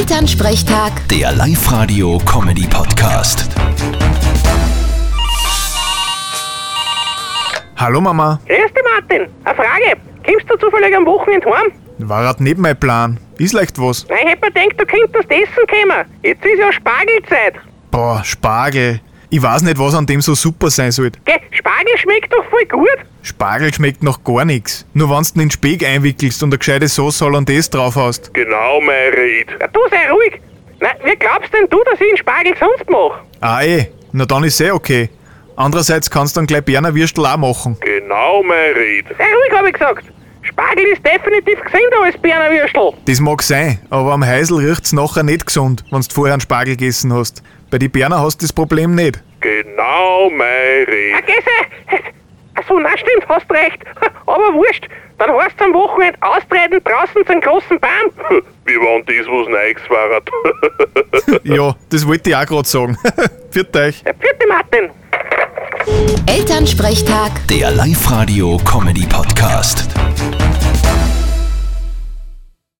Elternsprechtag, Der Live-Radio-Comedy-Podcast. Hallo Mama, Grüß dich, Martin. Eine Frage. Kommst du zufällig am Wochenende heim? war grad nicht mein Plan. Ist leicht was. Nein, ich hätte mir gedacht, du könntest essen kommen. Jetzt ist ja Spargelzeit. Boah, Spargel. Ich weiß nicht, was an dem so super sein sollte. Geh, Spargel schmeckt doch voll gut. Spargel schmeckt noch gar nix. Nur wenn's den in Speck einwickelst und eine gescheite Sauce Hollandaise drauf hast. Genau, mein Ried. Ja, du sei ruhig. Na, wie glaubst denn du, dass ich einen Spargel sonst mache? Ah eh, na dann ist eh okay. Andererseits kannst du dann gleich Berner Würstel auch machen. Genau, mein Ried. Sei ruhig, habe ich gesagt. Spargel ist definitiv gesünder als Berner Würstel. Das mag sein, aber am Heisel riecht's nachher nicht gesund, wenn's du vorher einen Spargel gegessen hast. Bei die Berner hast du das Problem nicht. Genau, mein Ah, Ried. geh, sei. Achso, na stimmt, hast recht. Aber wurscht. Dann heißt es am Wochenende austreten draußen zum großen Baum. Wie wenn das was Neues war. Ja, das wollte ich auch grad sagen. Viert euch. Ja, Vierte Martin. Elternsprechtag. Der Live-Radio-Comedy-Podcast.